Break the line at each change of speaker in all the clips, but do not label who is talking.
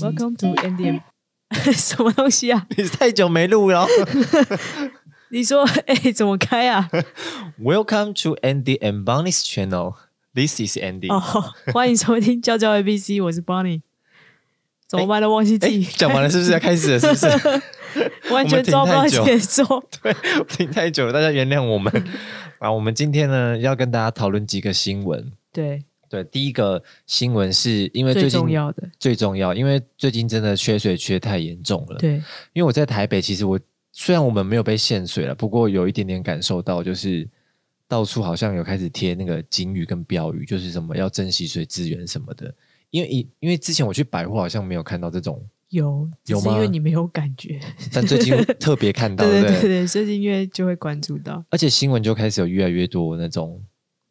Welcome to Andy，什么东西啊？
你太久没录了。
你说， 哎、怎么开啊？
Welcome to Andy and Bonnie's channel. This is Andy.
哦，欢迎收听教教 ABC，我是 Bonnie。怎么办都忘记自
哎、
己
讲完了是不是要开始了？是 不是？
完全抓不到节奏。
对，停太久了，大家原谅我们。啊，我们今天呢要跟大家讨论几个新闻。
对，
对，第一个新闻是因为最
最
近
重要的，
最重要，因为最近真的缺水缺太严重了。
对，
因为我在台北，其实我虽然我们没有被限水了，不过有一点点感受到，就是到处好像有开始贴那个警语跟标语，就是什么要珍惜水资源什么的。因为以因为之前我去百货好像没有看到这种，
有，只
有
是
吗
因为你没有感觉。
但最近特别看到，
对
对不
对
对？
对，最近因为就会关注到，
而且新闻就开始有越来越多那种，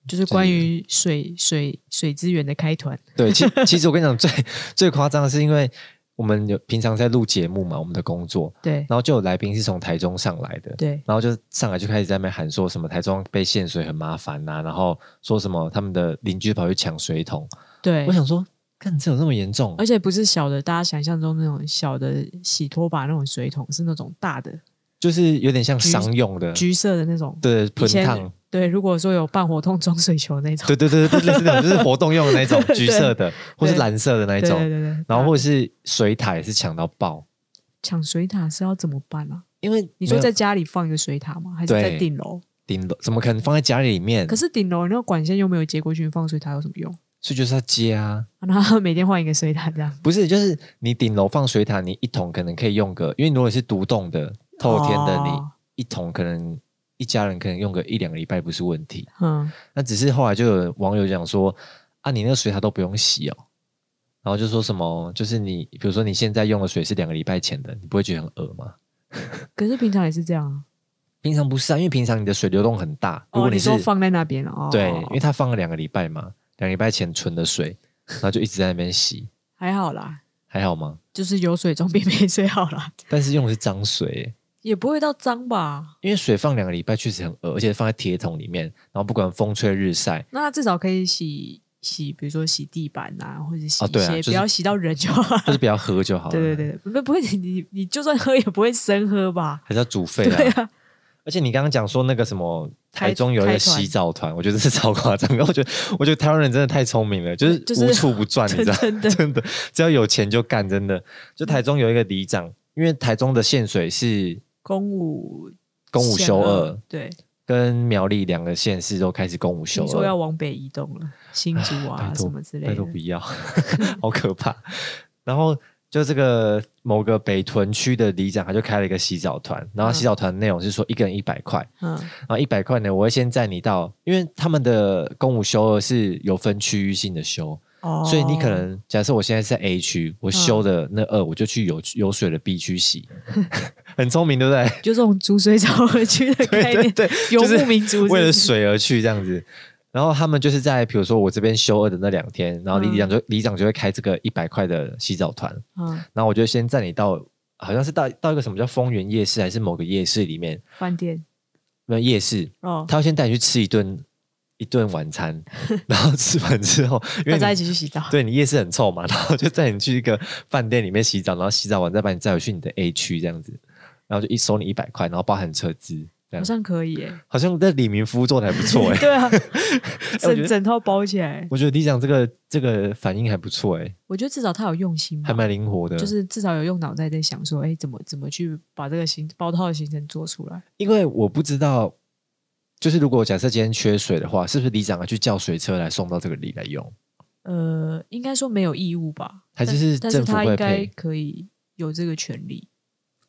就是关于水水水资源的开团。
对，其其实我跟你讲，最最夸张的是，因为我们有平常在录节目嘛，我们的工作，
对
然后就有来宾是从台中上来的，
对，
然后就上来就开始在那边喊说什么台中被限水很麻烦呐、然后说什么他们的邻居跑去抢水桶。
对呃
我，想说，干这有那么严重？
而且不是小的，大家想象中那种小的洗拖把那种水桶，是那种大
嗯
的
就是有点像商用的，
橘色的那种。
对，
以
喷
前
烫，
对，如果说有办活动装水球那种，
对对对对，类似那种，就是活动用的 那种橘色的，或是
对
蓝色的那一
对对对
种，
对。
然后
大
或者是水塔也是抢到爆，
抢水塔是要怎么办啊？
因为
你说
没有
在家里放一个水塔吗？还是
对
在顶楼？
顶楼怎么可能放在家里面
可？是顶楼那个管线又没有接过去，你放水塔有什么用？
所以就是要接啊，
然后每天换一个水塔这样。
不是，就是你顶楼放水塔，你一桶可能可以用个，因为如果是独栋的透天的，你
哦
一桶可能一家人可能用个一两个礼拜不是问题。
嗯，
那只是后来就有网友讲说啊，你那个水塔都不用洗哦，然后就说什么就是你比如说你现在用的水是两个礼拜前的，你不会觉得很恶吗？
可是平常也是这样啊。
平常不是啊，因为平常你的水流动很大，如
哦，
果
你
是、
说放在那边了哦。
对，因为它放了两个礼拜嘛，两个礼拜前存的水，然后就一直在那边洗，
还好啦，
还好吗？
就是有水总比没水好啦，
但是用的是脏水欸耶、
也不会到脏吧？
因为水放两个礼拜确实很恶，而且放在铁桶里面，然后不管风吹日晒，
那它至少可以洗洗，比如说洗地板啊，或者洗
哦
一些，
对啊就是
不要洗到人就好。
就是不要喝就好了。
对对，对，不不会，你你就算喝也不会生喝吧？
还是要煮沸
对
啊。
啊，
而且你刚刚讲说那个什么
开
台中有一
开
个
团
洗澡团，我觉得这是超夸张的。我觉得我觉得台湾人真的太聪明了，就是
就是
无处不赚，你知道吗？
真的
真的，只要有钱就干，真的。就台中有一个里长，因为台中的限水是
公五
公五休二，，
对，
跟苗栗两个县市都开始公五休
听说要
二，
往北移动了，新竹啊
拜托
什么之类
拜托
的
不。要， 好可怕。然后就这个某个北屯区的里长，他就开了一个洗澡团，然后洗澡团内容是说一个人一百块。
嗯，
然后一百块呢，我会先载你到，因为他们的公务休二是有分区域性的休，
哦，嗯
所以你可能假设我现在是在 A 区，我休的那二、我就去有有水的 B 区洗， 很聪明对 不对？
就这种逐水草而居 的概
对
念，
对，
游
就是
牧民族是不
为了
是
水而去这样子。然后他们就是在比如说我这边休二的那两天，然后李
嗯
里长就、里长就会开这个一百块的洗澡团，
嗯，
然后我就先载你到好像是到到一个什么叫丰原夜市还是某个夜市里面，
饭店
没有夜市，
哦，
他要先带你去吃一顿一顿 晚餐，然后吃完之后，因
大
为
家一
你
起去洗澡。
对你夜市很臭嘛，然后就带你去一个饭店里面洗澡，然后洗澡完再把你载回去你的 A 区这样子，然后就一收你一百块，然后包含车资，
好
这样
像可以耶，
好像在李明夫做的还不错 哎、
对啊，
我觉
整
得
整套包起来，
我觉得李长这个这个反应还不错哎、
我觉得至少他有用心吧
还，蛮灵活的，
就是至少有用脑袋在想说，哎，怎么怎么去把这个行包套的行程做出来？
因为我不知道。就是如果假设今天缺水的话，是不是里长要去叫水车来送到这个里来用？
呃，应该说没有义务吧，
还是是
但但是
政府
他应
会
该
配？
可以有这个权利，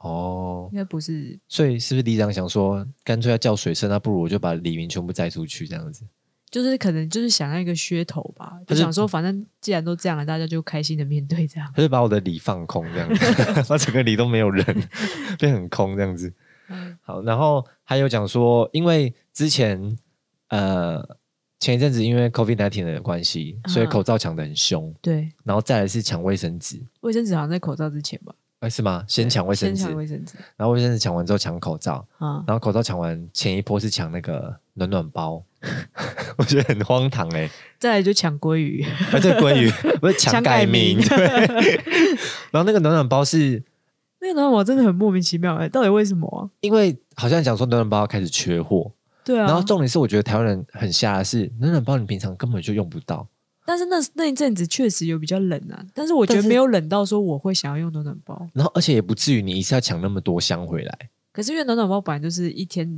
哦
应，该不是，
所以是不是里长想说，干脆要叫水声，那不如我就把李明全部载出去这样子？
就是可能就是想要一个噱头吧，
他
就是想说反正既然都这样了，大家就开心的面对这样。
他就把我的里放空 这样子，把整个里都没有人， 变很空这样子。
嗯
好，然后还有讲说，因为之前呃前一阵子因为 COVID 1 9的关系，所以
嗯
口罩抢得很凶，
对，
然后再来是抢卫生纸，
卫生纸好像在口罩之前吧，
哎，是吗？先抢卫生纸
先，抢卫生纸
然后卫生纸抢完之后抢口罩，
啊，
然后口罩抢完前一波是抢那个暖 暖包，我觉得很荒唐哎、
再来就抢鲑鱼，
而且鲑鱼不是抢
抢
改
改
名，
名
对。然后那个暖暖包是
那个暖宝真的很莫名其妙哎、到底为什么啊、
因为好像讲说暖暖包开始缺货，
对啊，
然后重点是我觉得台湾人很瞎的是暖暖包你平常根本就用不到，
但是那那一阵子确实有比较冷啊，但是我觉
但
得
是
没有冷到说我会想要用暖暖包。
然后而且也不至于你一次要抢那么多箱回来。
可是因为暖暖包本来就是一天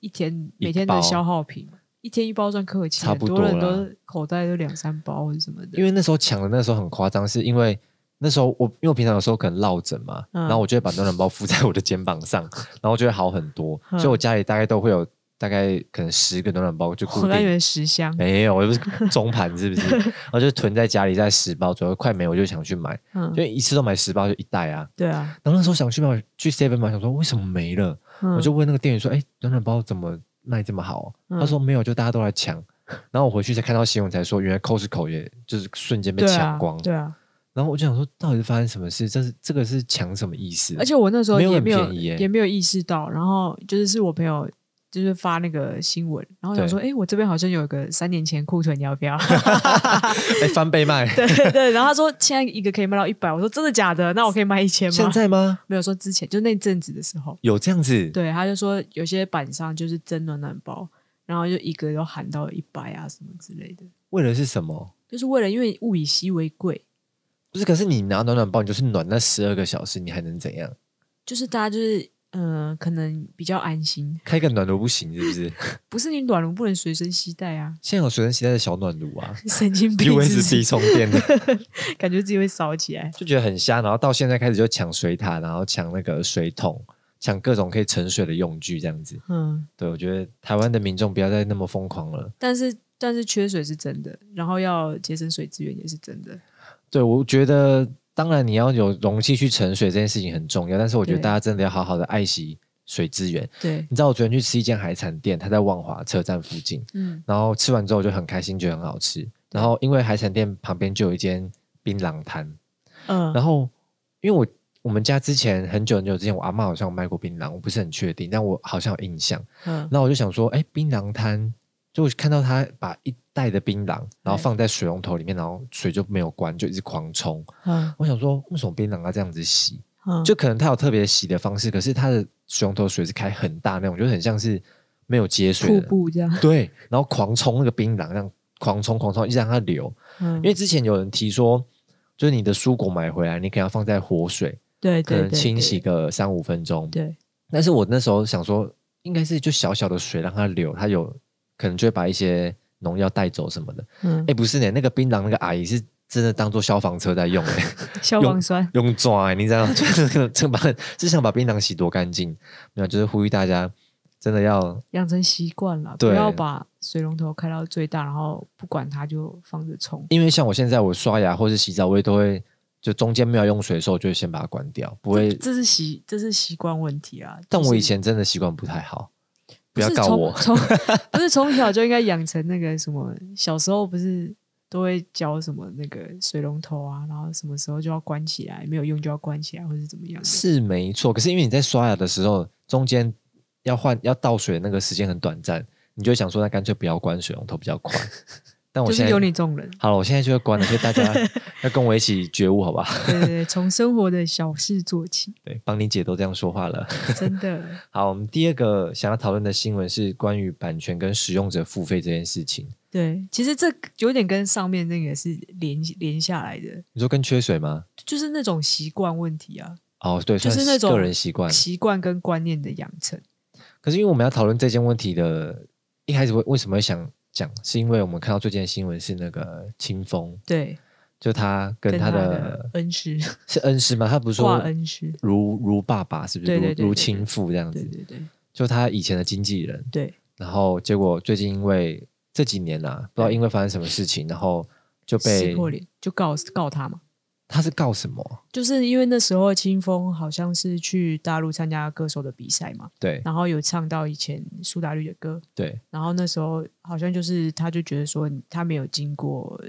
一天
一
每天
包
的消耗品嘛，一天一包算客气，
差不多
很
啦
多人都口袋都两三包或者什么的。
因为那时候抢的那时候很夸张，是因为那时候我因为我平常有时候可能落枕嘛，
嗯
然后我就会把暖暖包敷在我的肩膀上，然后就会好很多。
嗯
所以我家里大概都会有大概可能十个暖暖包就固
我刚以
定。
为十箱，
没有，我又不是中盘是不是？ 然后就囤在家里，在十包左右，快没我就想去买，
嗯
因，为一次都买十包就一袋啊。
对啊，
然后那时候想去买，去 seven 买，想说为什么没了？
嗯
我就问那个店员说：“哎、暖暖包怎么卖这么好、
嗯
他说：“没有，就大家都来抢。”然后我回去才看到新闻，才说原来 Costco 也就是瞬间被
对
抢
啊
光。，
对啊，
然后我就想说，到底是发生什么事？这是这个是抢什么意思？
而且我那时候
没有
也
很
没有
便宜耶
也没有意识到，然后就是是我朋友。就是发那个新闻，然后想说，哎、我这边好像有个三年前库存，你要不 要？
哎、翻倍卖，
对对对，然后他说现在一个可以卖到一百，我说真的假的？那我可以卖一千吗？
现在吗？
没有说之前，就那阵子的时候，
有这样子？
对，他就说有些板上就是真暖暖包，然后就一个都喊到一百啊什么之类的，
为了是什么？
就是为了因为物以稀为贵，
不是，可是你拿暖暖包，你就是暖那十二个小时，你还能怎样？
就是大家就是呃可能比较安心，
开个暖炉不行是不是？
不是你暖炉不能随身携带啊，
现在有随身携带的小暖炉 啊
神经病是不是
，USB 充电的，
感觉自己会烧起来。
就觉得很瞎。然后到现在开始就抢水塔，然后抢那个水桶，抢各种可以盛水的用具，这样子。
嗯，
对，我觉得台湾的民众不要再那么疯狂了。
但是但是缺水是真的，然后要节省水资源也是真的。
对，我觉得当然你要有容器去盛水这件事情很重要，但是我觉得
对
大家真的要好好的爱惜水资源。
对，
你知道我昨天去吃一间海产店，它在万华车站附近，
嗯
然后吃完之后我就很开心，觉得很好吃。然后因为海产店旁边就有一间槟榔摊，
嗯
然后因为我我们家之前很久很久之前，我阿嬷好像有卖过槟榔，我不是很确定，但我好像有印象。
嗯，
那我就想说，哎，槟榔摊，就我看到他把一袋的槟榔，然
对
后放在水龙头里面，然后水就没有关，就一直狂冲。
嗯
我想说，为什么槟榔要这样子洗？
嗯，
就可能它有特别洗的方式，可是它的水龙头水是开很大那种，就很像是没有接水
瀑
的，
布这样，
对，然后狂冲那个槟榔，这样狂冲狂冲，一直让它流。
嗯，
因为之前有人提说，就是你的蔬果买回来，你可能要放在活水，
对
可
对
能
对，
清
对
洗，个三五分钟。
对
但是我那时候想说，应该是就小小的水让它流，它有可能就会把一些农药带走什么的。
嗯
哎、，不是呢，那个槟榔那个阿姨是真的当做消防车在用、欸，
消
用
防栓，
用抓、欸，你知道， 就是这个这把是想把槟榔洗多干净，没有，就是呼吁大家真的要
养成习惯了，不
对
要把水龙头开到最大，然后不管它就放着冲。
因为像我现在我刷牙或是洗澡，我也都会就中间没有用水的时候，我就会先把它关掉，不会。
这是习这是习惯问题啊。
但
就是
我以前真的习惯不太好，不
不
要
是
告
从。
我
从不是从小就应该养成那个什么，小时候不是都会教什么那个水龙头啊，然后什么时候就要关起来，没有用就要关起来，或是怎么样的。
是没错，可是因为你在刷牙的时候，中间要换要倒水的那个时间很短暂，你就会想说，那干脆不要关水龙头比较快。但我
就
现
是
在
有你这种人，
好了，我现在就会关了，所以大家要跟我一起觉悟，好吧？
对对对，从生活的小事做起，
对，帮你姐都这样说话了。
真的。
好，我们第二个想要讨论的新闻是关于版权跟使用者付费这件事情。
对，其实这有点跟上面那个是连连下来的，
你说跟缺水吗？
就是那种习惯问题啊。
哦，对，
就是
算
那种
个人习惯。
习惯跟观念的养成。
可是因为我们要讨论这件问题的，一开始为为什么会想讲，是因为我们看到最近的新闻是那个清风，
对，
就他跟
跟
他
他
的
恩师
是恩师吗？他不是
挂
说
恩师，
如如爸爸是不是
对
如
对对对
如亲父这样
对
子？
对对
就他以前的经纪人，
对，
然后结果最近因为这几年啊，不知道因为发生什么事情，然后就
撕
被
破脸就告告他嘛。
他是告什么？
就是因为那时候清风好像是去大陆参加歌手的比赛嘛，
对
然后有唱到以前苏打绿的歌，
对，
然后那时候好像就是他就觉得说他没有经过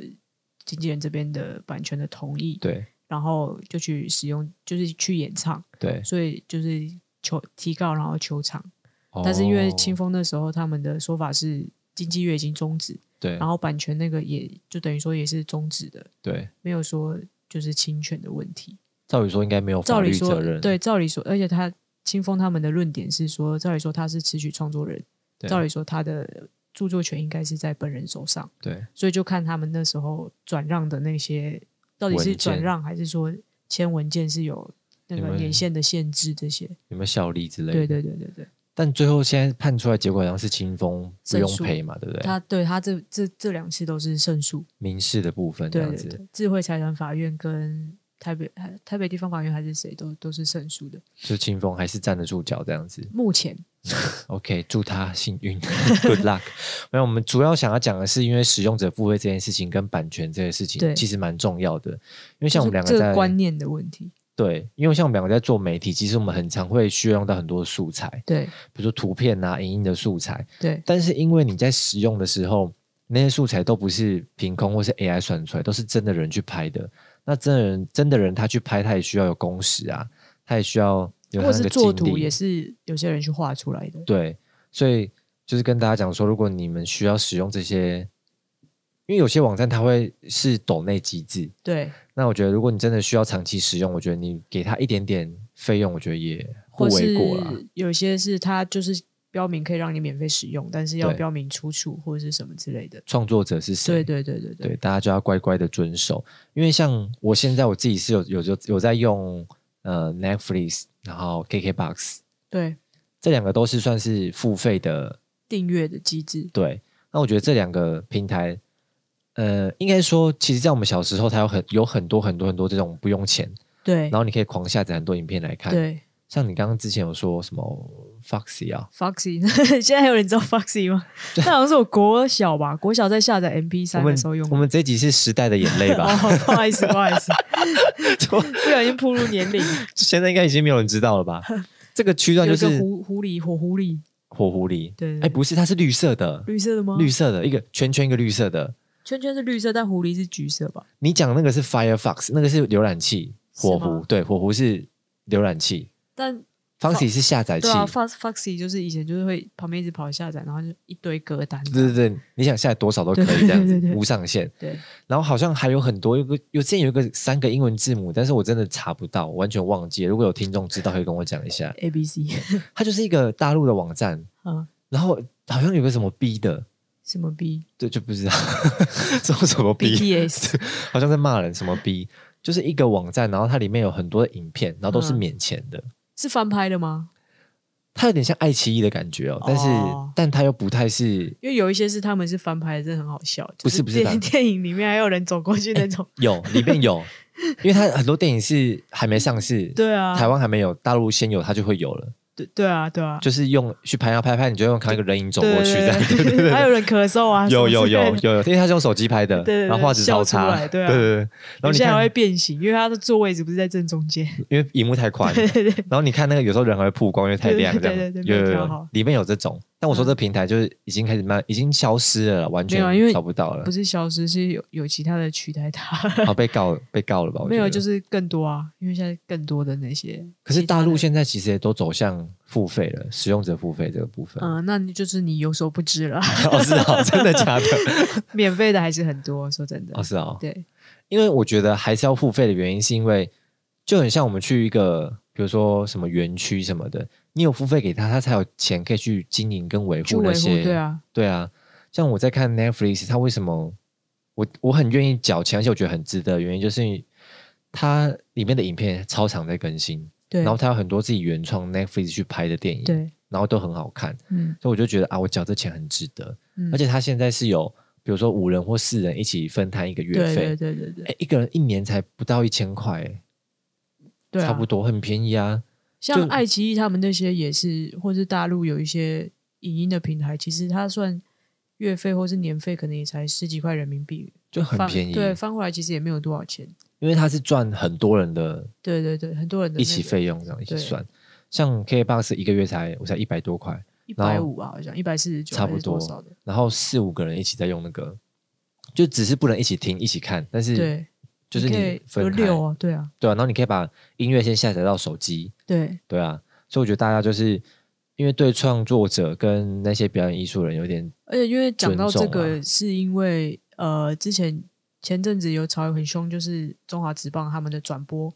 经纪人这边的版权的同意，
对，
然后就去使用，就是去演唱，
对，
所以就是求提告，然后求偿。但是因为
哦
清风那时候他们的说法是经纪约已经终止，
哦对
然后版权那个也就等于说也是终止的，
对，
没有说就是侵权的问题。
照理说应该没有
照
法
理
律
说
责任，，
对，照理说，而且他清风他们的论点是说，照理说他是词曲创作人，
对
照理说他的著作权应该是在本人手上，
对
所以就看他们那时候转让的那些到底是
文件
转让还是说签文件是有那
你
个
们
年限的限制这些。
有没有效力之类的？
对对对对对，
但最后现在判出来结果好像是清风不
申
用
诉
赔嘛，对不对？
他对他这这这两次都是胜诉，
民事的部分这
对
样
对
子，
对，智慧财产法院跟台北台北地方法院还是谁都都是胜诉的。
就清风还是站得住脚这样子。
目前
OK，祝他幸运 ，Good luck。没有，我们主要想要讲的是，因为使用者付费这件事情跟版权这个事情
对
其实蛮重要的，因为像我们两
就
个
是这
在
个观念的问题，
对，因为像我们两个在做媒体，其实我们很常会需要用到很多素材，
对
比如说图片啊、影音的素材，
对
但是因为你在使用的时候，那些素材都不是凭空或是 AI 算出来，都是真的人去拍的。那真的人真的人他去拍，他也需要有工时啊，他也需要有他
或
那
是
个
作
精
图
力。
也是有些人去画出来的。
对，所以就是跟大家讲说，如果你们需要使用这些，因为有些网站它会是抖内机制，
对，
那我觉得如果你真的需要长期使用，我觉得你给他一点点费用，我觉得也不
或
为
是
过啦。
有些是它就是标明可以让你免费使用，但是要
对
标明出处或者是什么之类的。
创作者是谁？
对对对对对
对，大家就要乖乖的遵守。因为像我现在我自己是有有有有在用呃 Netflix，然后 KKBox
对，
这两个都是算是付费的，
订阅的机制，
对。那我觉得这两个平台，呃，应该说，其实，在我们小时候，它有很有很多很多很多这种不用钱，
对
然后你可以狂下载很多影片来看。
对。
像你刚刚之前有说什么 Foxy 啊，
Foxy，现在 还有人知道 Foxy 吗？那好像是我国小吧，国小在下载 MP
我
3
们
的时候用
我
的。
们这集是时代的眼泪吧？
哦，不好意思，不好意思，
就
不小心暴露年 龄。
现在应该已经没有人知道 了吧？这个区段
有
啊就
一个
是
狐狐狸，火狐狸，
火狐狸，
对对
哎、
对
不是，它是绿色的，
绿色的吗？
绿色的一个圈圈，一个绿色的。
圈圈是绿色，但狐狸是橘色吧？
你讲那个是 Firefox，那个是浏览器，
是
火
吗
狐对，火狐是浏览器
但
，Foxy 是下载器
对。啊，Fox Foxy 就是以前就是会旁边一直跑下载，然后就一堆歌单。
对对对，你想下载多少都可以
对
这样子
对对，对
无上限。
对
然后好像还有很多，有个有之前有一个三个英文字母，但是我真的查不到，我完全忘记了。如果有听众知道，可以跟我讲一下。
，A B C
它就是一个大陆的网站，
啊，
然后好像有个什么 B 的，
什么 B
对，就不知道 说什么 B
B T S
好像在骂人，什么 B，就是一个网站，然后它里面有很多的影片，然后都是
嗯
免钱的，
是翻拍的吗？
它有点像爱奇艺的感觉哦，但是、
哦
但它又不太是
因为有一些是他们是翻拍的，真的很好笑。
不
就是
不是翻哎
电 电影里面还有人走过去那种。
有里面 有，因为它很多电影是还没上市，、
对啊，
台湾还没有，大陆先有它就会有了，
对对啊，对啊，
就是用去拍啊拍拍，你就用看到一个人影走过去这样，
对对对，还有人咳嗽啊，
有有
什么之类
有
的，
有有，因为它是用手机拍的，
对对对
然后画质超
笑出
差，
来对啊
对对，然后
有
你
些还会
看，
变形，因为他的座位置不是在正中间。
因为荧幕太 宽，
对对对，
然后你看那个有时候人还会曝光，因为太亮，
对对
这样
对对
有
没
有
有
有
调好
里面有这种。但我说这平台就是已经开始慢，已经消失了啦，完全
没有啊因为
找不到了
不，是消失，是有有其他的取代它。
好被告 被告了吧？我
没有，
觉得
就是更多啊，因为现在更多的那些。
可是大陆现在其实也都走向付费了，使用者付费这个部分。
嗯、那你就是你有所不知了，
哦，是 哦，真的假的？
免费的还是很多。说真的，
哦，是哦，
对
因为我觉得还是要付费的原因，是因为就很像我们去一个，比如说什么园区什么的，你有付费给他，他才有钱可以去经营跟维
去
护
维
那
护，
些。
对啊，
对啊，像我在看 Netflix，它为什么我我很愿意缴钱，而且我觉得很值得的原因就是它里面的影片超常在更新，
对，
然后它有很多自己原创 Netflix 去拍的电影，
对，
然后都很好看，
嗯，
所以我就觉得啊，我缴这钱很值得。
嗯
而且它现在是有比如说五人或四人一起分摊一个月
对对
费，
对对对，
哎，一个人一年才不到一千块，诶
对啊
差不多很便宜啊。
像
就
爱奇艺他们那些也是，或是大陆有一些影音的平台，其实它算月费或是年费，可能也才十几块人民币，
就很
翻
便宜
对，翻回来其实也没有多少钱。
因为它是赚很多人的
对对对，很多人的
一起费用这样一起
对
算，像 KBox 一个月才我才一百多块。
一
然
百
后
五吧，好像一百四十九，
差不多
多少的？
然后四五个人一起在用那个，就只是不能一起听一起看，但是
对
就是
可以
你
有
分开，
六啊，对啊，
对啊，然后你可以把音乐先下载到手机，
对，
对啊，所以我觉得大家就是因为对创作者跟那些表演艺术人有点
而且因为讲到这
尊重啊
个，是因为、呃，之前前阵子有吵得很凶，就是中华职棒他们的转播，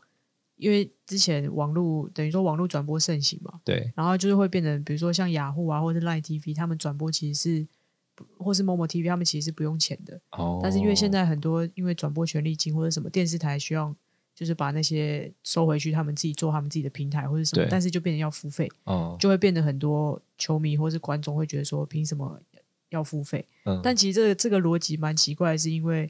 因为之前网络等于说网络转播盛行嘛，
对
然后就是会变成比如说像雅虎啊，或是 Line TV，他们转播其实是不或是某某 TV，他们其实是不用钱的，
哦，
但是因为现在很多因为转播权利金或者什么电视台需要。就是把那些收回去，他们自己做他们自己的平台或者什么，
对
但是就变成要付费，
哦，
就会变得很多球迷或是观众会觉得说，凭什么要付费？
嗯
但其实这个这个逻辑蛮奇怪，是因为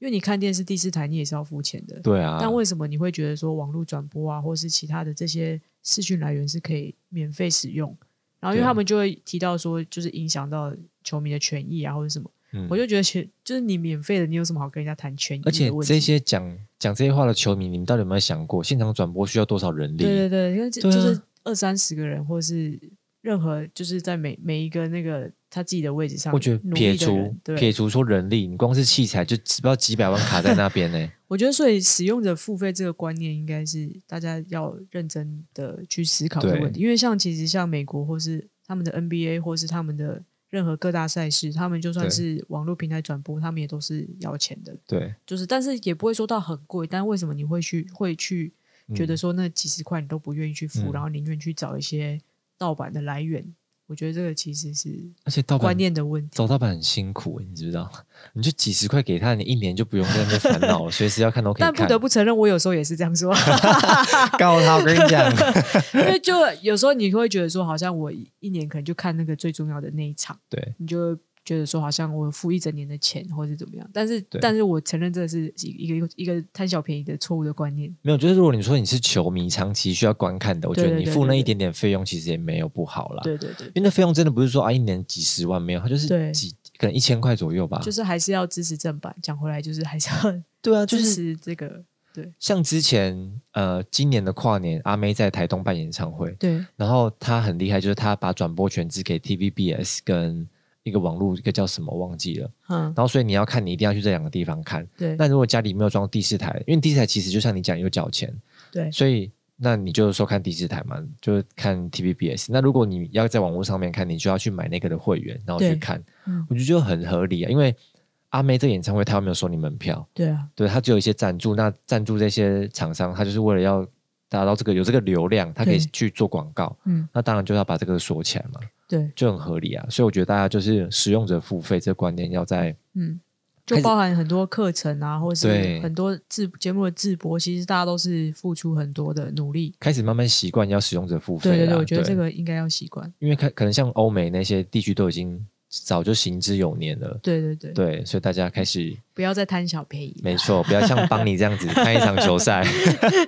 因为你看电视第四台，你也是要付钱的。
对啊，
但为什么你会觉得说网络转播啊，或是其他的这些视讯来源是可以免费使用？然后因为
对
他们就会提到说，就是影响到球迷的权益啊，或者什么。
嗯
我就觉得权就是你免费的，你有什么好跟人家谈权益
而且
的问题？
这些讲讲这些话的球迷，你们到底有没有想过，现场转播需要多少人力？
对对对，因为这
对啊
就是二三十个人，或是任何就是在每每一个那个他自己的位置上，
我觉得
努
撇
力的
除
人，对，
撇除说人力，你光是器材就不知道几百万卡在那 边呢、
我觉得，所以使用者付费这个观念，应该是大家要认真的去思考这个问题。因为像其实像美国或是他们的 NBA 或是他们的任何各大赛事，他们就算
对
是网络平台转播，他们也都是要钱的，
对，
就是但是也不会说到很贵。但为什么你会去会去觉得说那几十块你都不愿意去付，
嗯
然后宁愿去找一些盗版的来源？我觉得这个其实是
而且盗版
观念的问题。
找盗版很辛苦、你知不知道？ 你就几十块给他，你一年就不用在那边烦恼 了，随时要看都可以
但
看。
不得不承认，我有时候也是这样 说。
告他，我跟你讲，
因为就有时候你会觉得说，好像我一一年可能就看那个最重要的那一场，
对
你就会觉得说，好像我付一整年的钱或者怎么样。但是，
对
但是我承认这是一个一个一个贪小便宜的错误的观念。
没有，就是如果你说你是球迷，长期需要观看的，我觉
对
得
对
你
对
付那
对
一
对
点点费用其实也没有不好啦。
对对对，
因为那费用真的不是啊说啊一年几十万没有，它就是
对
几可能一千块左右吧。
就是还是要支持正版。讲回来，就是还是要
对啊，就
支
是
持这个。对
像之前呃今年的跨年，阿妹在台东办演唱会，
对
然后她很厉害，就是她把转播权只给 TVBS 跟一个网络一个叫什么忘记了，
嗯
然后所以你要看，你一定要去这两个地方看。
对
那如果家里没有装第四台，因为第四台其实就像你讲有缴钱，
对
所以那你就收看第四台嘛，就是看 TVBS。那如果你要在网络上面看，你就要去买那个的会员，然后去
对
看
嗯。
我觉得就很合理啊，因为阿妹这演唱会她又没有收你门票，
对啊，
对她只有一些赞助。那赞助这些厂商，她就是为了要达到这个有这个流量，她可以
对
去做广告。
嗯
那当然就要把这个锁起来嘛，
对
就很合理啊。所以我觉得大家就是使用者付费这个观念要在
嗯。就
开始
包含很多课程啊，或是
对
很多制节目的制播，其实大家都是付出很多的努力。
开始慢慢习惯要使用者付费
对对
啦
对，我觉得这个应该要习惯。
因为可可能像欧美那些地区都已经早就行之有年了，
对对对，
对，所以大家开始
不要再贪小便宜。
没 错，不要像邦尼这样子看一场球赛。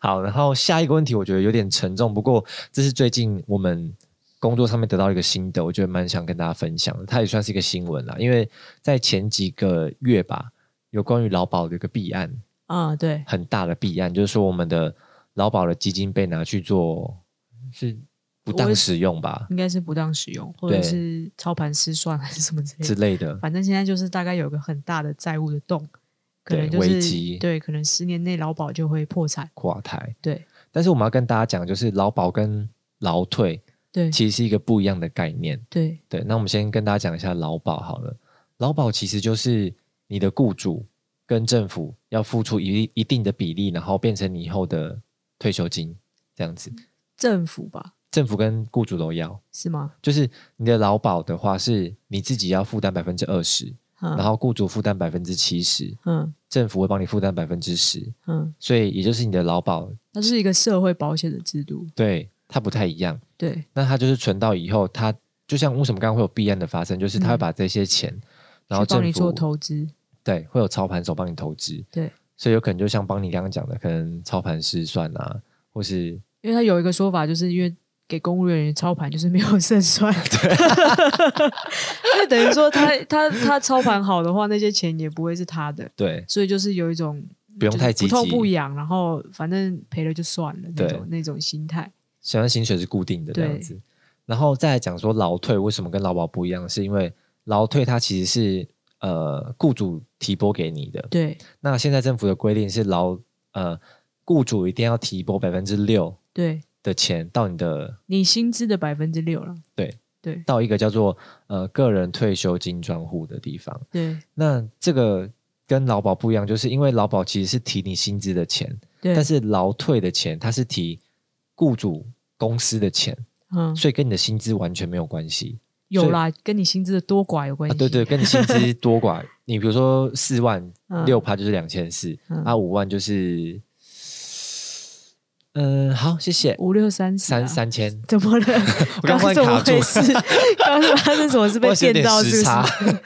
好，然后下一个问题我觉得有点沉重，不过这是最近我们工作上面得到一个心得，我觉得蛮想跟大家分享的。它也算是一个新闻啦，因为在前几个月吧，有关于劳保的一个弊案，
啊、对，
很大的弊案，就是说我们的劳保的基金被拿去做是不当使用吧
应该是不当使用，或者
对
是操盘失算还是什么之类
之
的。
类的。
反正现在就是大概有个很大的债务的洞，可
对
能就
危
是
机
对，可能十年内劳保就会破产。
垮台。
对
但是我们要跟大家讲，就是劳保跟劳退
对
其实是一个不一样的概念。
对
对，那我们先跟大家讲一下劳保好了。劳保其实就是你的雇主跟政府要付出一一定的比例，然后变成你以后的退休金这样子。
政府吧，
政府跟雇主都要，
是吗？
就是你的劳保的话是你自己要负担百分之二十，
嗯
然后雇主负担百分之七十，
嗯
政府会帮你负担百分之十，
嗯，
所以也就是你的劳保
它是一个社会保险的制度。
对它不太一样。
对
那他就是存到以后，他就像为什么刚刚会有弊案的发生，就是他会把这些钱，然后
嗯去帮
政
你做
府
投资。
对会有操盘手帮你投资，
对，
所以有可能就像帮你刚刚讲的，可能操盘失算啊，或是
因为它有一个说法，就是因为给公务员操盘就是没有胜算， 因为等于说他他他操盘好的话，那些钱也不会是他的，
对，
所以就是有一种
不用太
就是
积
不痛不
极，
痒，然后反正赔了就算了那
对
种那种心态。
想要薪水是固定的这
对
样子。然后再来讲说劳退为什么跟劳保不一样，是因为劳退它其实是呃雇主提拨给你的。
对
那现在政府的规定是劳呃雇主一定要提拨百分之六
对，
的钱到你的
你薪资的百分之六了。
对
对
到一个叫做呃个人退休金专户的地方。
对
那这个跟劳保不一样，就是因为劳保其实是提你薪资的钱，
对，
但是劳退的钱它是提雇主公司的钱，
嗯，
所以跟你的薪资完全没有关系。
有啦，跟你薪资的多寡有关
啊，
系。
对对，跟你薪资多 寡，你比如说四万
嗯，
六趴就是两千四
嗯，
啊五万就是，嗯，好，谢谢，
五六三十啊
三三千，
怎么了？
我刚忽然
怎么
卡住
回事？ 刚刚发生什么事被
我有
电
点
到？是
时差
不是？，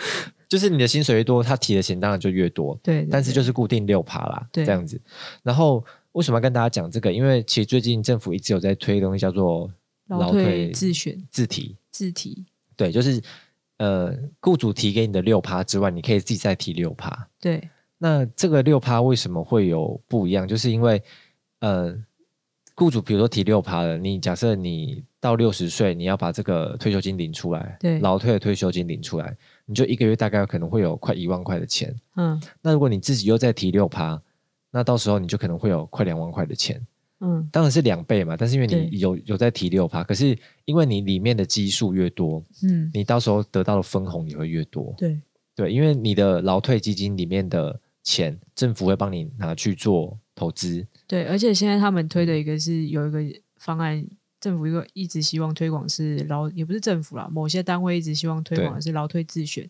就是你的薪水越多，他提的钱当然就越多，
对，对
但是
对
就是固定六趴啦，
对
这样子。然后为什么要跟大家讲这个？因为其实最近政府一直有在推东西叫做
劳退自选
自提，
自提，
对，就是呃，雇主提给你的六趴之外，你可以自己再提六趴。
对
那这个六趴为什么会有不一样？就是因为呃，雇主比如说提六趴了，你假设你到六十岁，你要把这个退休金领出来，
对
劳退的退休金领出来，你就一个月大概可能会有快一万块的钱。
嗯
那如果你自己又再提六趴，那到时候你就可能会有快两万块的钱，
嗯，
当然是两倍嘛。但是因为
对
你有有在提六趴，可是因为你里面的基数越多，
嗯，
你到时候得到的分红也会越多。
对
对，因为你的劳退基金里面的钱，政府会帮你拿去做投资。
对，而且现在他们推的一个是有一个方案，政府一个一直希望推广是劳，也不是政府啦，某些单位一直希望推广的是劳退自选，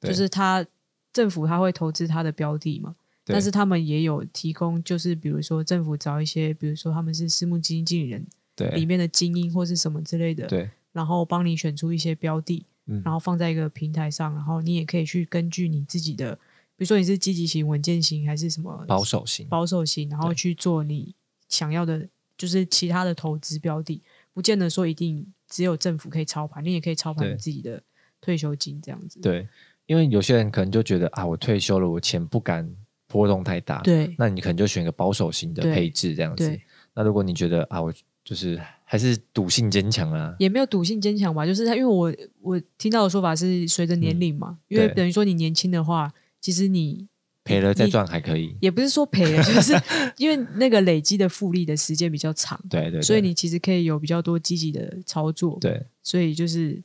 对
就是他政府他会投资他的标的嘛，
对
但是他们也有提供，就是比如说政府找一些，比如说他们是私募基金经理人里
对
面的精英或是什么之类的，
对，
然后帮你选出一些标的，
嗯
然后放在一个平台上，然后你也可以去根据你自己的，比如说你是积极型、稳健型还是什么
保守型。
保守型，然后
对
去做你想要的，就是其他的投资标的，不见得说一定只有政府可以操盘，你也可以操盘
对
你自己的退休金这样子。
对，因为有些人可能就觉得啊，我退休了，我钱不敢波动太大。
对
那你可能就选个保守型的
对
配置这样子
对。
那如果你觉得啊，我就是还是赌性坚强啊，
也没有赌性坚强吧，就是他，因为我我听到的说法是随着年龄嘛，因为
嗯对
等于说你年轻的话，其实你
赔了再
你
赚还可以。
也不是说赔了， 就是因为那个累积的复利的时间比较长，
对对对，
所以你其实可以有比较多积极的操作。
对
所以就是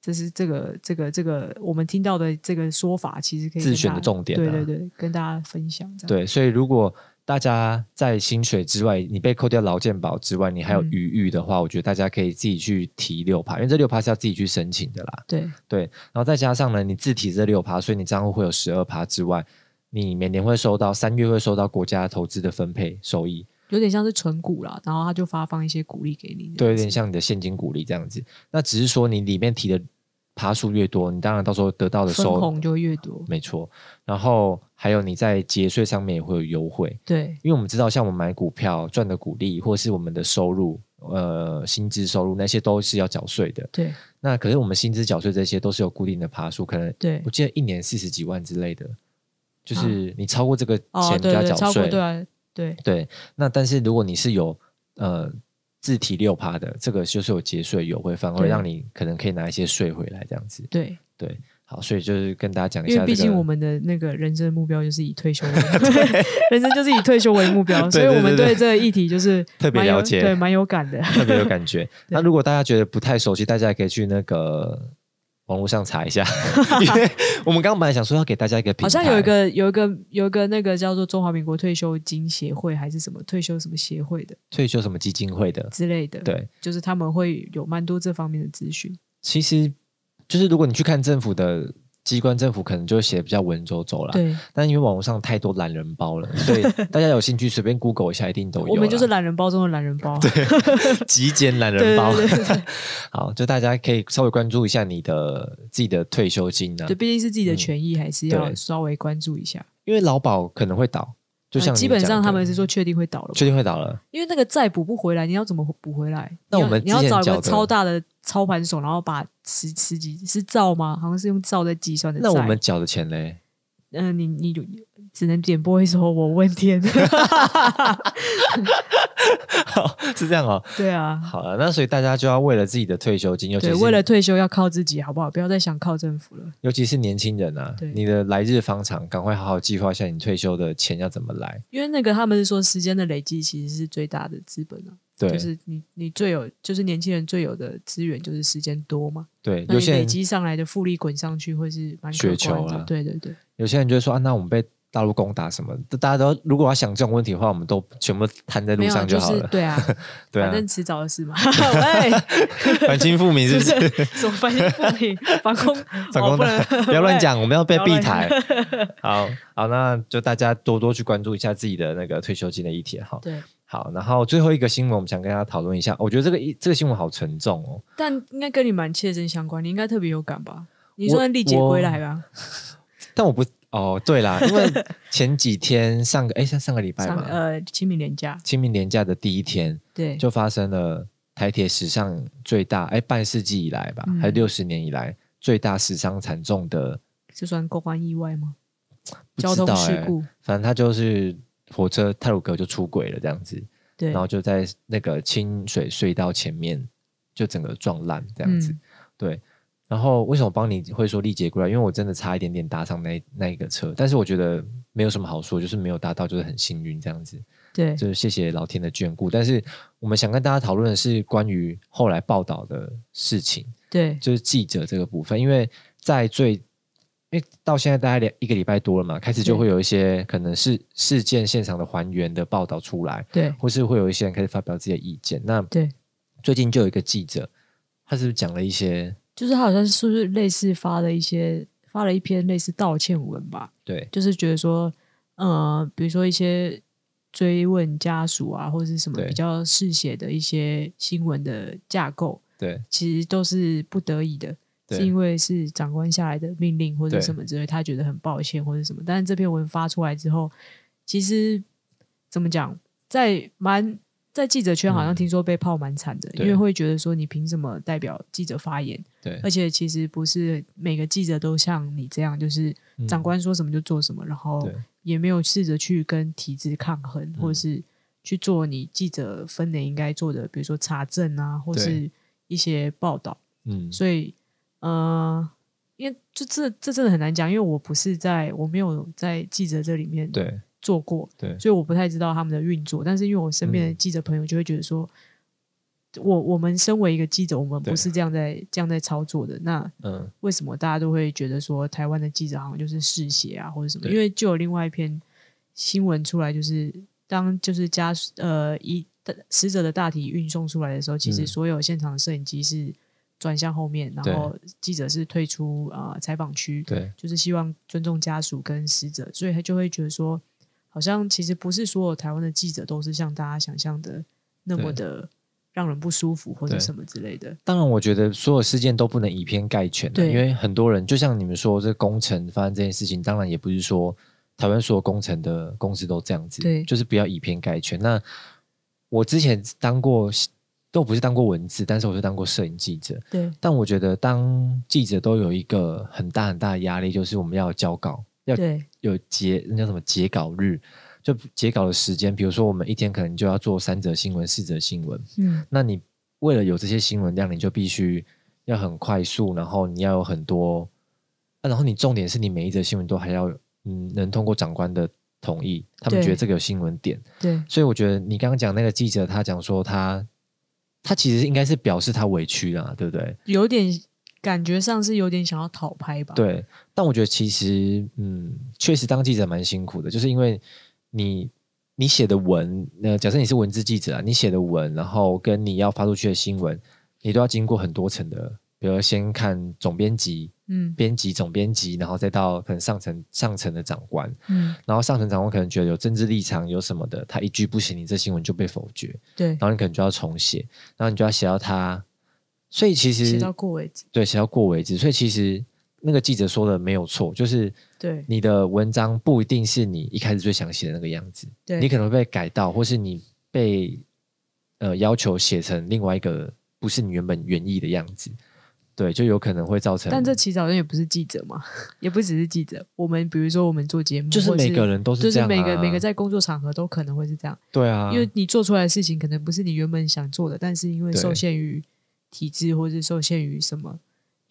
这是这个这个这个我们听到的这个说法，其实可以
自
跟
选
大
的
家
重点
对
啊
对对，跟大家分享这样。
对，所以如果大家在薪水之外，你被扣掉劳健保之外，你还有
嗯
余裕的话，我觉得大家可以自己去提六趴，因为这六趴是要自己去申请的啦。
对
对，然后再加上呢，你自提这六趴，所以你账户会有十二趴之外，你每年会收到三月会收到国家投资的分配收益，
有点像是存股啦，然后他就发放一些鼓励给你。
对，有点。像你的现金股利这样子。那只是说你里面提的趴数越多，你当然到时候得到的
分
收
红就会越多，
没错，然后还有你在节税上面也会有优惠。
对
因为我们知道，像我们买股票赚的股利，或是我们的收入，呃，薪资收入那些都是要缴税的。
对
那可是我们薪资缴税这些都是有固定的爬数，可能
对
我，记得一年四十几万之类的，就是你超过这个
哦
钱就
对
要
对，
缴
超
税。
过对啊对
对那但是如果你是有呃自提六趴的，这个就是有节税优惠，反而
对
会让你可能可以拿一些税回来这样子。
对，
对，好，所以就是跟大家讲一
因
下、
为
这个，
毕竟我们的那个人生目标就是以退 休为目标， 人生就是以退休为目标，所以我们
对对
对这个议题就是
特别
蛮有
了解
对蛮有感的。
特别有感觉。
对
那如果大家觉得不太熟悉，大家也可以去那个网络上查 一下，因为我们刚刚本来想说要给大家一个平
好
台，
像有一个有一个有一个那个叫做中华民国退休金协会还是什么退休什么协会的
退休什么基金会的，
之类的，，
对，
就是他们会有蛮多这方面的资讯，
其实就是如果你去看政府的机关，政府可能就会写得比较文绉绉啦。
对，
但因为网络上太多懒人包了， 所以大家有兴趣随便 Google 一下，一定都有啦。啊
我们就是懒人包中的懒人包，对
极简懒人
对
包。
对对
好，就大家可以稍微关注一下你的自己的退休金啊呢、
对，毕竟是自己的权益，还是要
嗯对
稍微关注一下。
因为劳保可能会倒，就像
呃
你
基本
讲
上
的
他们是说确定会倒了吧，
确定会倒了。
因为那个债补不回来，你要怎么补回来？
那
你要
我们
你要
之前
找一
缴
个
的
超大的操盘手，然后把十十几是兆吗？好像是用兆在计算的债。
那我们缴的钱嘞？
嗯、呃，你你只能点播一首《我问天》
好，是这样哦。
对啊，
好了，那所以大家就要为了自己的退休金，尤其
对，
是
为了退休要靠自己，好不好？不要再想靠政府了。
尤其是年轻人啊
对，
你的来日方长，赶快好好计划一下你退休的钱要怎么来。
因为那个他们是说，时间的累积其实是最大的资本啊。
对，
就是你你最有，就是年轻人最有的资源就是时间多嘛。
对，
那
有
你
些
累
人
积上来的复利滚上去，会是蛮可
雪球
观的。
啊
对对对，
有些人就会说啊，那我们被大陆攻打什么？大家都如果要想这种问题的话，我们都全部摊在路
没有啊
上
就
好
是
了。
对啊，
对
反
啊，
正迟早的事嘛。 喂，
反清复明是
就
不是？
是什么反应不平，防空，
反
哦
攻
不
大
能
不要乱
喂
讲，我们要被
不要
避
乱
台。好好，那就大家多多去关注一下自己的那个退休金的议题哈。
对，
好，然后最后一个新闻，我们想跟大家讨论一下。我觉得这个一这个新闻好沉重哦。
但应该跟你蛮切身相关，你应该特别有感吧？你
我
算历劫
我
归来吧？
但我不哦，对啦，因为前几天上个哎上上个礼拜
上
嘛，
呃清明年假，
清明年假的第一天
对，
就发生了台铁史上最大哎半世纪以来吧，
嗯
还是六十年以来最大死伤惨重的
这算公安意外吗？
不
交
知
通
道
事
哎
故，
反正他就是火车泰鲁格就出轨了这样子，
对，
然后就在那个清水隧道前面就整个撞烂这样子。
嗯
对，然后为什么帮你会说历劫归来？因为我真的差一点点搭上那那一个车，但是我觉得没有什么好说，就是没有搭到，就是很幸运这样子。
对
就是谢谢老天的眷顾。但是我们想跟大家讨论的是关于后来报道的事情，
对
就是记者这个部分，因为在最。因为到现在大概两一个礼拜多了嘛，开始就
对
会有一些可能是事件现场的还原的报道出来，
对
或是会有一些人开始发表自己的意见。那
对，
最近就有一个记者，他是不是讲了一些
就是他好像是不是类似发了一些发了一篇类似道歉文吧？
对
就是觉得说，呃，比如说一些追问家属啊，或者是什么
对
比较嗜血的一些新闻的架构，
对
其实都是不得已的，
对
是因为是长官下来的命令或者
对
什么之类，他觉得很抱歉或者什么。但是这篇文发出来之后，其实怎么讲，在蛮在记者圈好像
嗯
听说被泡蛮惨的，
对
因为会觉得说你凭什么代表记者发言？
对
而且其实不是每个记者都像你这样，就是
嗯
长官说什么就做什么，然后
对
也没有试着去跟体制抗衡，或
嗯
是去做你记者分内应该做的，比如说查证啊，或
对
是一些报道。
嗯
所以，呃，因为就这这真的很难讲，因为我不是在我没有在记者这里面
对
做过，
对
所以我不太知道他们的运作。但是因为我身边的
嗯
记者朋友就会觉得说，我我们身为一个记者，我们
对
不是这样在这样在操作的。那
嗯
为什么大家都会觉得说台湾的记者好像就是嗜血啊，或者什么？
对
因为就有另外一篇新闻出来，就是当就是家属呃一死者的大体运送出来的时候，其实
嗯
所有现场的摄影机是转向后面，然后记者是退出呃采访区，
对
就是希望尊重家属跟死者，所以他就会觉得说，好像其实不是所有台湾的记者都是像大家想象的那么
对
的让人不舒服或者
对
什么之类的，
当然，我觉得所有事件都不能以偏概全、啊，
对
因为很多人就像你们说，这工程发生这件事情，当然也不是说台湾所有工程的公司都这样子，
对
就是不要以偏概全。那我之前当过，都不是当过文字，但是我是当过摄影记者，
对
但我觉得当记者都有一个很大很大的压力，就是我们要交稿，要
对
有截那叫什么截稿日，就截稿的时间。比如说我们一天可能就要做三则新闻、四则新闻，
嗯
那你为了有这些新闻量，你就必须要很快速，然后你要有很多，啊、然后你重点是你每一则新闻都还要嗯能通过长官的同意，他们
对
觉得这个有新闻点。
对
所以我觉得你刚刚讲那个记者，他讲说他他其实应该是表示他委屈啦，对不对？
有点感觉上是有点想要讨拍吧？，
对，但我觉得其实，嗯，确实当记者蛮辛苦的，就是因为你你写的文，呃，假设你是文字记者啊，你写的文，然后跟你要发出去的新闻，你都要经过很多层的，比如先看总编辑、
嗯
编辑、总编辑，然后再到可能上层上层的长官，
嗯，
然后上层长官可能觉得有政治立场有什么的，他一句不行，你这新闻就被否决，
对
然，后你可能就要重写，然后你就要写到他，所以其实
写到过为止。
对，写到过为止。所以其实那个记者说的没有错，就是
对
你的文章不一定是你一开始最想写的那个样子，
对，
你可能会被改到，或是你被呃要求写成另外一个不是你原本原意的样子。对，就有可能会造成。
但这其实好像也不是记者嘛， 也不只是记者。我们比如说我们做节目，
就是
或
每个人都
就是
这
是
样、啊，
每个每个在工作场合都可能会是这样，
对啊，
因为你做出来的事情可能不是你原本想做的，但是因为
对
受限于体制或是受限于什么，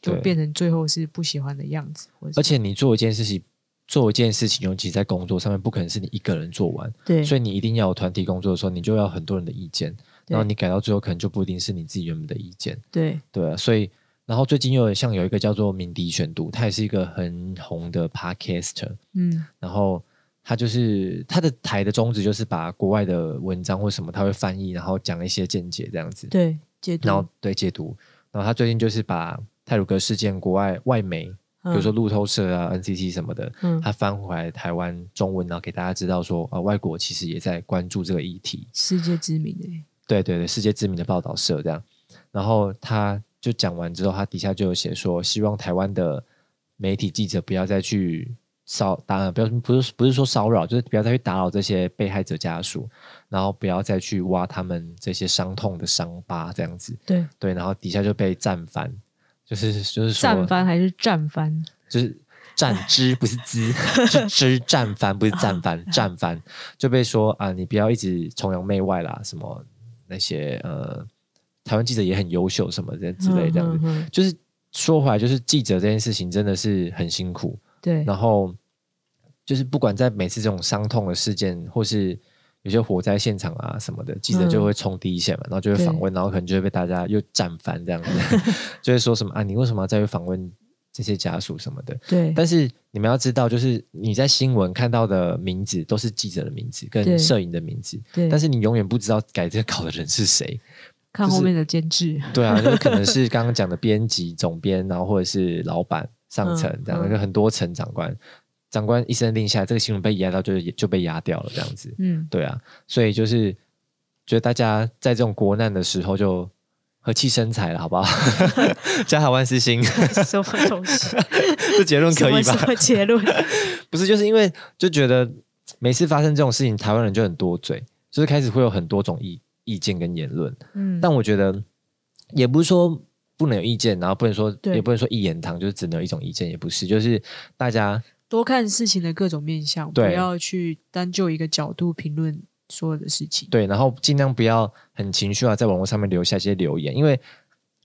就
对
变成最后是不喜欢的样子。或者是
而且你做一件事情，做一件事情，尤其在工作上面，不可能是你一个人做完，
对
所以你一定要有团体工作的时候，你就要很多人的意见，
对
然后你改到最后可能就不一定是你自己原本的意见，
对
对啊，所以。然后最近又有像有一个叫做鸣笛选读，他也是一个很红的 podcaster，
嗯
然后他就是他的台的宗旨就是把国外的文章或什么他会翻译，然后讲一些见解这样子，
对嗯解读
然，后对解读，然后他最近就是把泰鲁格事件国外外媒，比如说路透社啊、NCC 什么的，
嗯嗯
他翻回来台湾中文，然后给大家知道说，呃，外国其实也在关注这个议题。
世界知名欸的
对对对，世界知名的报道社这样。然后他就讲完之后，他底下就有写说，希望台湾的媒体记者不要再去骚，当然不要不是不是说骚扰，就是不要再去打扰这些被害者家属，然后不要再去挖他们这些伤痛的伤疤这样子。
对
对，然后底下就被站翻，就是就是说
战翻还是战翻？
就是站之不是之， 是之站翻不是站 翻，站翻就被说啊，你不要一直崇洋媚外啦，什么那些呃，台湾记者也很优秀什么这之类这样
嗯，
子，
嗯嗯
就是说回来，就是记者这件事情真的是很辛苦，
对
然后就是不管在每次这种伤痛的事件或是。有些火灾现场啊什么的，
嗯
记者就会冲第一线嘛，然后就会访问，然后可能就会被大家又站翻这样子， 就会说什么啊，你为什么要再去访问这些家属什么的？
对
但是你们要知道，就是你在新闻看到的名字都是记者的名字
对
跟摄影的名字，
对，
但是你永远不知道改这个稿的人是谁。
看
就是
后面的监制，
对 啊，就是可能是刚刚讲的编辑、总编，然后或者是老板、上层
嗯
这样，
嗯
就很多层长官。长官一声令下，这个新闻被压到就就被压掉了，这样子。
嗯，
对啊，所以就是觉得大家在这种国难的时候就和气生财了，好 不好？加好万事兴，
什么东西？
这结 论可
什么
以吧
什？么结 论？
不是，就是因为就觉得每次发生这种事情，台湾人就很多嘴，就是开始会有很多种意意见跟言论。
嗯，
但我觉得也不是说不能有意见，然后不能说
对
也不能说一言堂，就是只能有一种意见，也不是，就是大家
多看事情的各种面向，不
对
要去单就一个角度评论所有的事情。
对，然后尽量不要很情绪化，在网络上面留下一些留言，因为。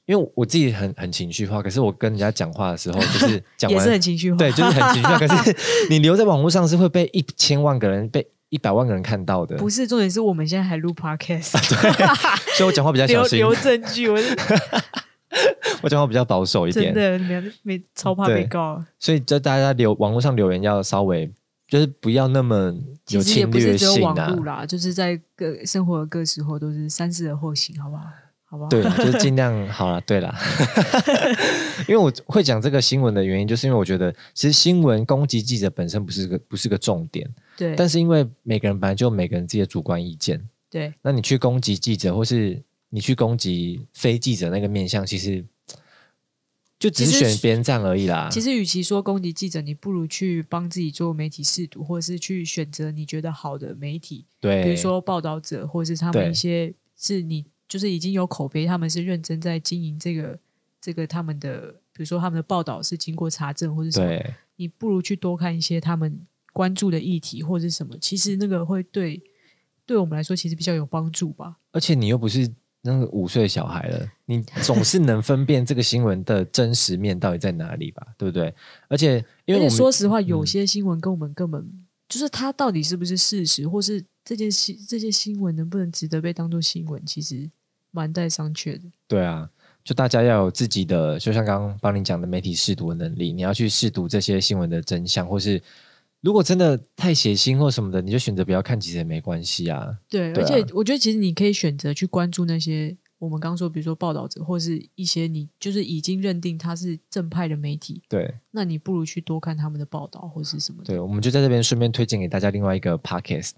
因为我自己很很情绪化，可是我跟人家讲话的时候，就是 讲
也
完
是很情绪化。
对，就是很情绪化。可是 你留在网络上是会被一千万个人、被一百万个人看到的，
不是重点是我们现在还录 podcast，
所以我讲话比较小
留
心。
留证据， 我是
我讲话比较保守一
真
点，
的没没超怕被
对
告，
所以就大家留网络上留言要稍微就是不要那么有
其实也
侵
不
略
是只有
性
网
啊
路，啦，就是在各生活的各时候都是三思而后行，好不好？好不好？
对啦，就是尽量好了，对啦。 因为我会讲这个新闻的原因，就是因为我觉得其实新闻攻击记者本身不是个不是个重点，
对
但是因为每个人本来就有每个人自己的主观意见，
对
那你去攻击记者或是你去攻击非记者那个面向，其实就只是
其实
选边站而已啦。
其实，与其说攻击记者，你不如去帮自己做媒体试读，或者是去选择你觉得好的媒体，
对，
比如说报道者，或者是他们
对
一些是你就是已经有口碑，他们是认真在经营这个这个他们的，比如说他们的报道是经过查证或者什么，
对
你不如去多看一些他们关注的议题或者是什么，其实那个会对对我们来说其实比较有帮助吧。
而且你又不是那个五岁小孩了，你总是能分辨这个新闻的真实面到底在哪里吧，对不对？而且因为
而且
我们嗯
说实话，有些新闻跟我们根本、就是它到底是不是事实，或是这件新这些新闻能不能值得被当做新闻，其实蛮带商榷的。
对啊，就大家要有自己的，就像刚刚帮你讲的媒体试读的能力，你要去试读这些新闻的真相，或是如果真的太血腥或什么的，你就选择不要看，其实也没关系啊。
对，
对啊
而且我觉得其实你可以选择去关注那些我们刚说，比如说报道者，或是一些你就是已经认定他是正派的媒体，
对
那你不如去多看他们的报道或是什么的。
对，我们就在这边顺便推荐给大家另外一个 podcast，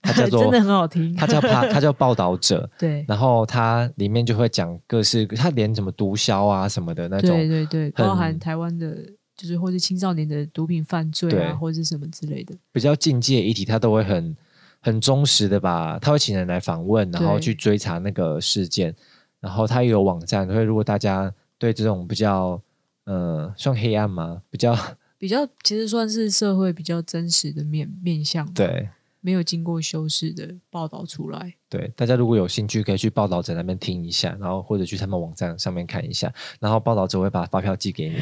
它 叫做
真的很好听。
它 叫 pa 它叫报道者，
对
然后它里面就会讲各式，它连什么毒枭啊什么的那
对
种，
对对，
很
包含台湾的，就是或是青少年的毒品犯罪
对
啊，或是什么之类的。
比较境界议题，它都会很很忠实的把，他会请人来访问，然后
对
去追查那个事件，然后它也有网站，所以如果大家对这种比较呃算黑暗吗？比较
比较其实算是社会比较真实的面面向，，
对
没有经过修饰的报道出来。
对，大家如果有兴趣，可以去报道者那边听一下，然后或者去他们网站上面看一下，然后报道者会把发票寄 给你。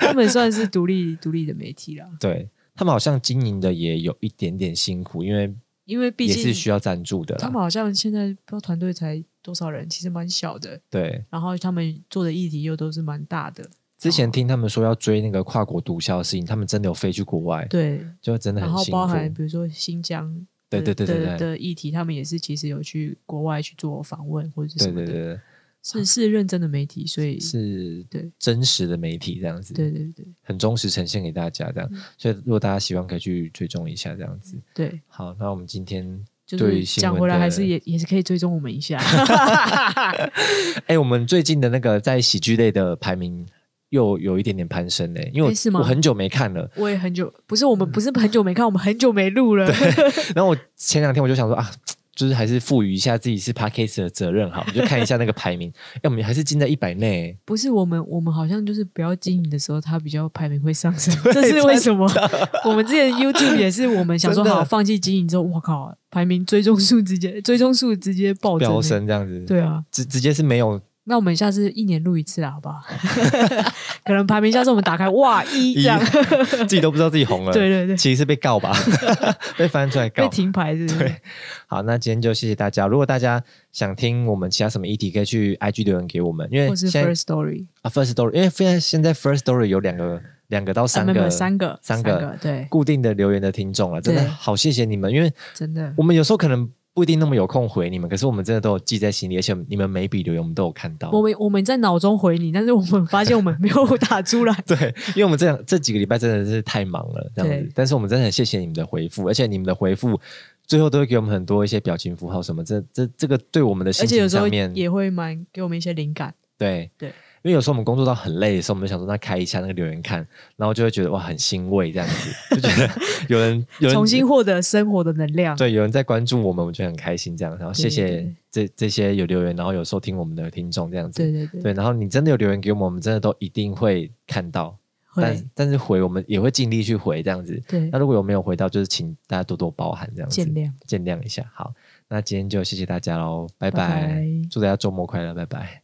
他们算是独立独立的媒体啦，
对他们好像经营的也有一点点辛苦，因为
因为毕
也
竟
是需要赞助的
他
啦
们。好像现在不知道团队才多少人，其实蛮小的。
对，
然后他们做的议题又都是蛮大的，
之
哦
前听他们说要追那个跨国毒枭的事情，他们真的有飞去国外，
对。
就真的
然
很
后
辛
包
苦。
含比如说新疆
对
的，
对对对
的
对
的议题，他们也是其实有去国外去做访问或者是
对
什么
对
的，
对对，
是是认真的媒体，所以
是
对
真实的媒体这样子，
对嗯对对
很忠实呈现给大家这样。所以如果大家喜欢，可以去追踪一下这样子。
对，
好，那我们今天
就
对于
是
新
讲
闻
回来
的
还是也也是可以追踪我们一下，
哎、我们最近的那个在喜剧类的排名又有一点点攀升呢、欸因为我、
诶哎是吗
我很久没看 了。
我也很久不是我
嗯
们不是很久没看，我们很久没录了，
然后我前两天我就想说啊，就是还是赋予一下自己是 podcast 的责任好，我就看一下那个排名。哎、我们还是进在一百内欸、
不是我们我们好像就是不要经营的时候，它比较排名会上 升，这是为什么？ 我们之前 YouTube 也是我们想说
真的
好放弃经营之后，我靠，排名追踪数直接 追踪数直接暴增欸
飙升这样子。
对啊，
直直接是没有
那我们下次一年录一次啊啦，好不好？ 可能排名下次我们打开哇一这 样，
自己都不知道自己红了。
对对对
其实是被告吧， 被翻出来
被
告。
停牌是不是
对？好，那今天就谢谢大家。如果大家想听我们其他什么议题，可以去 IG 留言给我们，因为
或是
现在
First Story，
啊 First Story，因为现在现在 First Story 有两个两个到
啊
三
没有没有
个
三个
三
个
个
对，
固定的留言的听众了，真的
对
好谢谢你们，因为
真的
我们有时候可能不一定那么有空回你们，可是我们真的都有记在心里，而且你们每一笔留言我们都有看到。，
我们我们在脑中回你，但是我们发现我们没有打出来
对，因为我们这两这几个礼拜真的是太忙了，这样子
对。
但是我们真的很谢谢你们的回复，而且你们的回复最后都会给我们很多一些表情符号什么，这这这个对我们的
而
心
且有
情
时候
上面，
也会蛮给我们一些灵感，
对
对
因为有时候我们工作到很累的时候，我们就想说那开一下那个留言看，然后就会觉得哇很欣慰这样子，就觉得 有人有人
重新获得生活的能量。
对有人在关注我们，我觉得很开心这样。然后谢
对对
谢
对
这这些有留言，然后有收听我们的听众这样子。
对对对，
对，然后你真的有留言给我们，我们真的都一定会看到，
会
但但是回我们也会尽力去回这样子。
对
那如果有没有回到，就是请大家多多包涵，这样子
见谅。
见谅一下。好，那今天就谢谢大家喽，拜
拜拜
祝大家周末快乐，拜拜。